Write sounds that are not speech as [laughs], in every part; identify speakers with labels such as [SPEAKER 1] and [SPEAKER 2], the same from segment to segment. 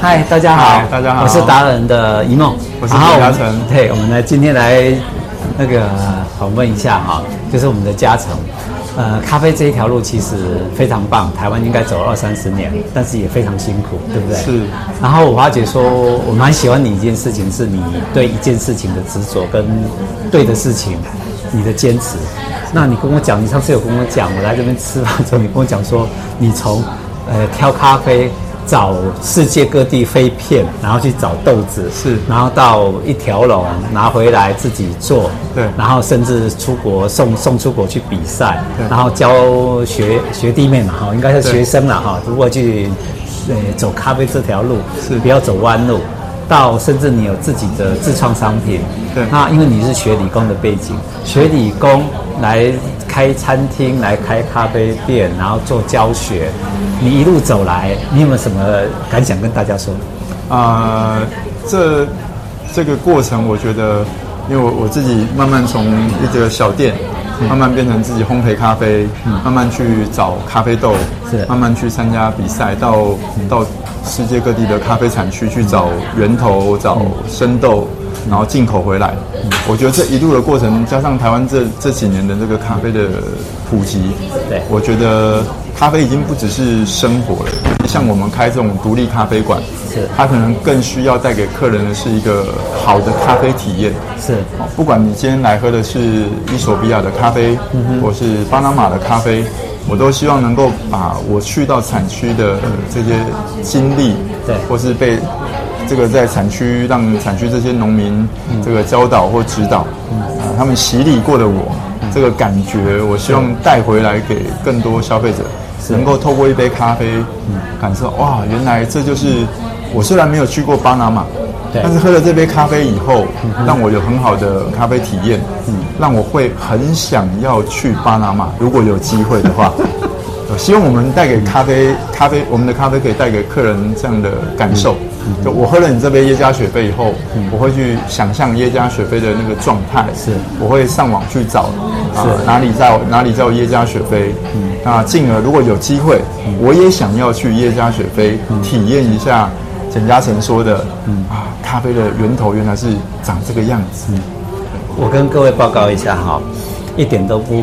[SPEAKER 1] 嗨，大家好
[SPEAKER 2] 嗨，大家好
[SPEAKER 1] 我是达人的一梦，
[SPEAKER 2] 我是
[SPEAKER 1] 然后
[SPEAKER 2] 李嘉
[SPEAKER 1] 们
[SPEAKER 2] 诚
[SPEAKER 1] 对，我们来今天来那个访问一下哈，就是我们的嘉诚。呃，咖啡这一条路其实非常棒，台湾应该走了二三十年，但是也非常辛苦，对不对？
[SPEAKER 2] 是。
[SPEAKER 1] 然后我发觉说，我蛮喜欢你一件事情，是你对一件事情的执着跟对的事情，你的坚持。那你跟我讲，你上次有跟我讲，我来这边吃饭的时候，你跟我讲说， [laughs] 你从呃挑咖啡。找世界各地飞片，然后去找豆子，
[SPEAKER 2] 是
[SPEAKER 1] 然后到一条龙拿回来自己做，
[SPEAKER 2] 对
[SPEAKER 1] 然后甚至出国送送出国去比赛，
[SPEAKER 2] 对
[SPEAKER 1] 然后教学学弟妹嘛哈，应该是
[SPEAKER 2] 对
[SPEAKER 1] 学生了哈，如果去呃走咖啡这条路，
[SPEAKER 2] 是
[SPEAKER 1] 不要走弯路。到甚至你有自己的自创商品，
[SPEAKER 2] 对
[SPEAKER 1] 那因为你是学理工的背景，学理工来开餐厅，来开咖啡店，然后做教学，你一路走来，你有没有什么感想跟大家说？
[SPEAKER 2] 啊、这这个过程，我觉得，因为我我自己慢慢从一个小店，
[SPEAKER 1] 嗯
[SPEAKER 2] 慢慢变成自己烘焙咖啡，慢慢去找咖啡豆，
[SPEAKER 1] 是嗯
[SPEAKER 2] 慢慢去参加比赛，到到世界各地的咖啡产区去找源头、找
[SPEAKER 1] 嗯
[SPEAKER 2] 生豆，然后进口回来。我觉得这一路的过程，加上台湾这这几年的这个咖啡的普及，
[SPEAKER 1] 对
[SPEAKER 2] 我觉得咖啡已经不只是生活了，像我们开这种独立咖啡馆，
[SPEAKER 1] 是
[SPEAKER 2] 它可能更需要带给客人的是一个好的咖啡体验。
[SPEAKER 1] 是
[SPEAKER 2] 哦不管你今天来喝的是伊索比亚的咖啡，
[SPEAKER 1] 嗯
[SPEAKER 2] 或是巴拿马的咖啡，我都希望能够把我去到产区的呃这些经历，
[SPEAKER 1] 对
[SPEAKER 2] 或是被这个在产区让产区这些农民这个教导或指导，啊，他们洗礼过的我，这个感觉，我希望带回来给更多消费者，能够透过一杯咖啡，感受哇，原来这就是我虽然没有去过巴拿马，
[SPEAKER 1] 对
[SPEAKER 2] 但是喝了这杯咖啡以后，让我有很好的咖啡体验，让我会很想要去巴拿马，如果有机会的话。我呃希望我们带给咖啡，咖啡我们的咖啡可以带给客人这样的感受。
[SPEAKER 1] 嗯
[SPEAKER 2] 就我喝了你这杯耶加雪菲以后，我会去想象耶加雪菲的那个状态，
[SPEAKER 1] 是
[SPEAKER 2] 我会上网去找啊哪里在哪里叫耶加雪菲，
[SPEAKER 1] 嗯
[SPEAKER 2] 那进而如果有机会，我也想要去耶加雪菲
[SPEAKER 1] 嗯
[SPEAKER 2] 体验一下简嘉诚说的啊咖啡的源头原来是长这个样子，
[SPEAKER 1] 嗯我跟各位报告一下哈，一点都不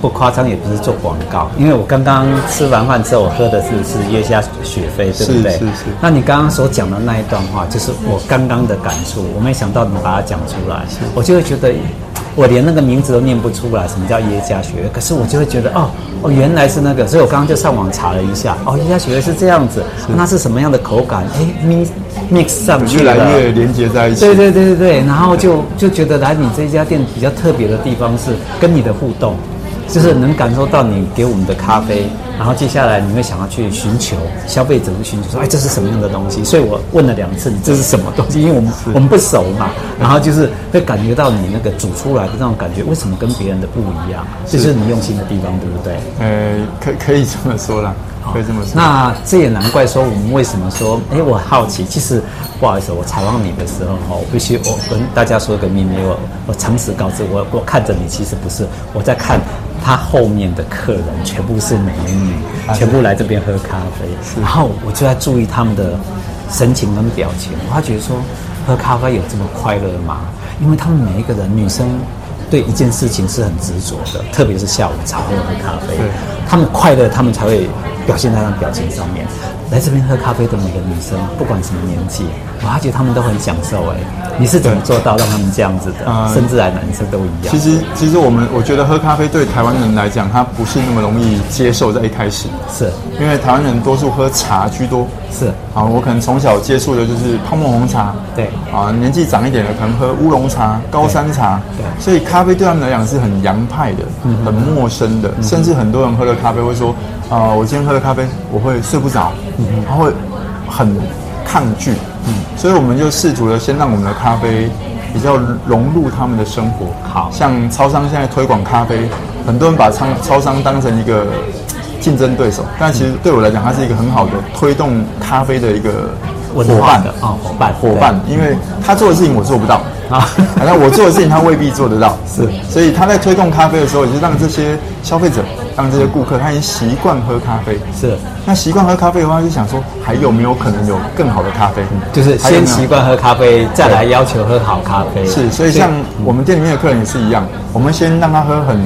[SPEAKER 1] 不夸张，也不是做广告，因为我刚刚吃完饭之后，我喝的是是月下雪菲，对不对？
[SPEAKER 2] 是是是
[SPEAKER 1] 那你刚刚所讲的那一段话，就是我刚刚的感触，我没想到你把它讲出来，我就会觉得。我连那个名字都念不出来，什么叫耶加雪菲？可是我就会觉得，哦，哦，原来是那个，所以我刚刚就上网查了一下，哦，耶加雪菲是这样子，那是什么样的口感？哎，mix mix 上去
[SPEAKER 2] 越
[SPEAKER 1] 了，
[SPEAKER 2] 来越连接在一起。
[SPEAKER 1] 对对对对对，然后就就觉得来你这家店比较特别的地方是跟你的互动，就是能感受到你给我们的咖啡，然后接下来你会想要去寻求消费者去寻求说，哎，这是什么样的东西？所以我问了两次，你这是什么东西？因为我们我们不熟嘛，然后就是会感觉到你那个煮出来的那种感觉，为什么跟别人的不一样？这就是你用心的地方，对不对？
[SPEAKER 2] 呃，可可以这么说啦，可以这么说。
[SPEAKER 1] 那这也难怪说我们为什么说，哎，我好奇。其实不好意思，我采访你的时候哦哈，我必须我跟大家说一个秘密，我我诚实告知，我我看着你其实不是，我在看他后面的客人全部是美
[SPEAKER 2] 嗯
[SPEAKER 1] 女，全部来这边喝咖啡，然后我就在注意他们的神情跟表情，我发觉说喝咖啡有这么快乐吗？因为他们每一个人女生。对一件事情是很执着的，特别是下午茶或者喝咖啡，
[SPEAKER 2] 对
[SPEAKER 1] 他们快乐，他们才会表现在那表情上面。来这边喝咖啡的每个女生，不管什么年纪，我发觉她们都很享受。哎，你是怎么做到让他们这样子的？
[SPEAKER 2] 嗯
[SPEAKER 1] 甚至来男生都一样
[SPEAKER 2] 其。实，其实我们我觉得喝咖啡对台湾人来讲，它不是那么容易接受在一开始，
[SPEAKER 1] 是
[SPEAKER 2] 因为台湾人多数喝茶居多。
[SPEAKER 1] 是
[SPEAKER 2] 啊，我可能从小接触的就是泡沫红茶，
[SPEAKER 1] 对
[SPEAKER 2] 啊，年纪长一点的可能喝乌龙茶、高山茶，
[SPEAKER 1] 对嗯
[SPEAKER 2] 所以咖啡对他们来讲是很洋派的，很陌生的，甚至很多人喝了咖啡会说，啊、我今天喝了咖啡我会睡不着，
[SPEAKER 1] 嗯
[SPEAKER 2] 他会很抗拒，所以我们就试图的先让我们的咖啡比较融入他们的生活，
[SPEAKER 1] 好
[SPEAKER 2] 像超商现在推广咖啡，很多人把超超商当成一个竞争对手，但其实对我来讲，它是一个很好的推动咖啡的一个伙
[SPEAKER 1] 文化
[SPEAKER 2] 伴
[SPEAKER 1] 的哦，伙伴
[SPEAKER 2] 伙伴，因为他做的事情我做不到
[SPEAKER 1] 啊
[SPEAKER 2] 啊， [laughs] 反正我做的事情他未必做得到，
[SPEAKER 1] [laughs] 是
[SPEAKER 2] 所以他在推动咖啡的时候，也是让这些消费者让这些顾客他已经习惯喝咖啡，
[SPEAKER 1] 是
[SPEAKER 2] 那习惯喝咖啡的话，就想说还有没有可能有更好的咖啡？
[SPEAKER 1] 就是
[SPEAKER 2] 还有
[SPEAKER 1] 先
[SPEAKER 2] 没有
[SPEAKER 1] 习惯喝咖啡，再来要求喝好咖啡。
[SPEAKER 2] 是，所以像我们店里面的客人也是一样，我们先让他喝很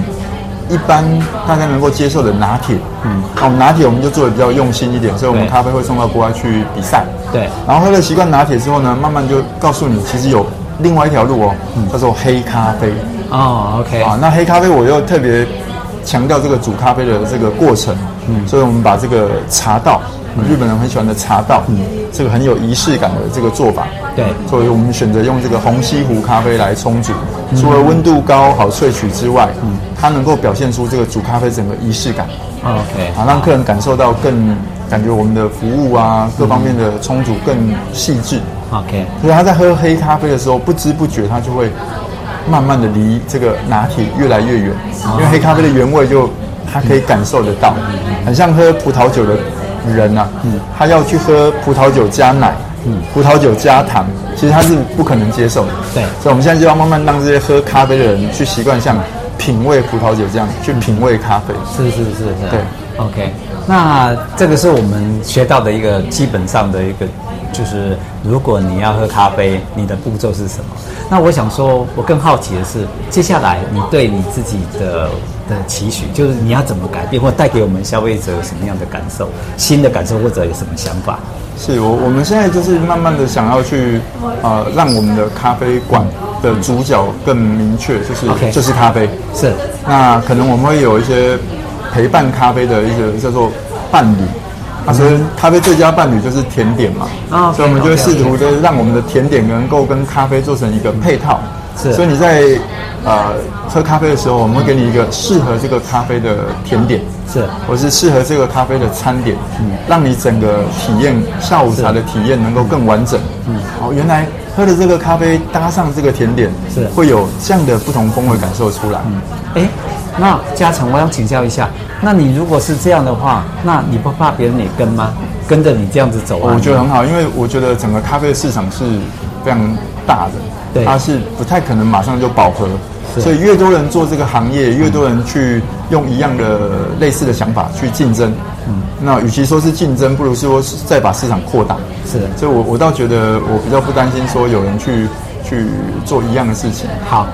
[SPEAKER 2] 一般大家能够接受的拿铁。嗯，那我们拿铁我们就做的比较用心一点，所以我们
[SPEAKER 1] 对
[SPEAKER 2] 咖啡会送到国外去比赛。
[SPEAKER 1] 对
[SPEAKER 2] 然后喝了习惯拿铁之后呢，慢慢就告诉你，其实有另外一条路哦，
[SPEAKER 1] 嗯
[SPEAKER 2] 叫做黑咖啡。
[SPEAKER 1] 哦，OK，
[SPEAKER 2] 啊，那黑咖啡我又特别强调这个煮咖啡的这个过程，嗯，所以我们把这个茶道，日本人很喜欢的茶道，嗯，这个很有仪式感的这个做法，
[SPEAKER 1] 对
[SPEAKER 2] 所以我们选择用这个虹吸壶咖啡来冲煮，除了温度高好萃取之外，嗯，它能够表现出这个煮咖啡整个仪式感，
[SPEAKER 1] ，OK，
[SPEAKER 2] 啊，让客人感受到更感觉我们的服务啊各方面的冲煮更细致，
[SPEAKER 1] ，OK，
[SPEAKER 2] 所以他在喝黑咖啡的时候，不知不觉他就会慢慢的离这个拿铁越来越远，因为黑咖啡的原味就他可以感受得到，很像喝葡萄酒的人啊，他要去喝葡萄酒加奶，葡萄酒加糖，其实他是不可能接受的。
[SPEAKER 1] 对
[SPEAKER 2] 所以我们现在就要慢慢让这些喝咖啡的人去习惯像品味葡萄酒这样去品味咖啡。
[SPEAKER 1] 是是是是，
[SPEAKER 2] 对
[SPEAKER 1] ，OK，那这个是我们学到的一个基本上的一个，就是如果你要喝咖啡，你的步骤是什么？那我想说，我更好奇的是，接下来你对你自己的的期许，就是你要怎么改变，或带给我们消费者有什么样的感受、新的感受，或者有什么想法？
[SPEAKER 2] 是我我们现在就是慢慢的想要去呃，让我们的咖啡馆的主角更明确，就是
[SPEAKER 1] OK
[SPEAKER 2] 就是咖啡。
[SPEAKER 1] 是
[SPEAKER 2] 那可能我们会有一些陪伴咖啡的一些叫做伴侣。啊，所以咖啡最佳伴侣就是甜点嘛
[SPEAKER 1] 啊，OK，
[SPEAKER 2] 所以我们就会
[SPEAKER 1] OK，OK
[SPEAKER 2] 试图就是让我们的甜点能够跟咖啡做成一个配套。
[SPEAKER 1] 是
[SPEAKER 2] 所以你在呃喝咖啡的时候，我们会给你一个适合这个咖啡的甜点。
[SPEAKER 1] 是
[SPEAKER 2] 我是适合这个咖啡的餐点，让你整个体验下午茶的体验能够更完整。嗯，哦，原来喝了这个咖啡搭上这个甜点，
[SPEAKER 1] 是
[SPEAKER 2] 会有这样的不同风味感受出来。
[SPEAKER 1] 哎，那嘉诚，我想请教一下，那你如果是这样的话，那你不怕别人也跟吗？跟着你这样子走啊？
[SPEAKER 2] 我觉得很好，因为我觉得整个咖啡市场是非常大的，
[SPEAKER 1] 对
[SPEAKER 2] 它是不太可能马上就饱和，
[SPEAKER 1] 是
[SPEAKER 2] 所以越多人做这个行业，越多人去用一样的类似的想法去竞争。嗯，那与其说是竞争，不如说是再把市场扩大。
[SPEAKER 1] 是
[SPEAKER 2] 所以我我倒觉得我比较不担心说有人去去做一样的事情。
[SPEAKER 1] 好，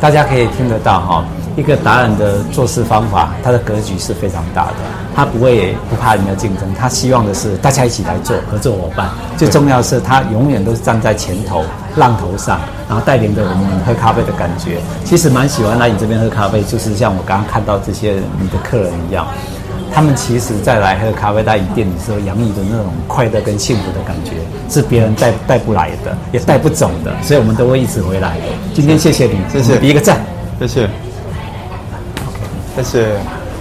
[SPEAKER 1] 大家可以听得到哈、一个达人的做事方法，他的格局是非常大的，他不会不怕人家竞争，他希望的是大家一起来做，合作伙伴。最重要的是，他永远都是站在前头浪头上，然后带领着我们喝咖啡的感觉。其实蛮喜欢来你这边喝咖啡，就是像我刚刚看到这些你的客人一样。他们其实，在来喝咖啡在饮店里时候，洋溢的那种快乐跟幸福的感觉，是别人带带不来的，也带不走的，所以我们都会一直回来。今天谢谢你，
[SPEAKER 2] 谢谢
[SPEAKER 1] 我们比一个赞。
[SPEAKER 2] 谢谢，谢谢。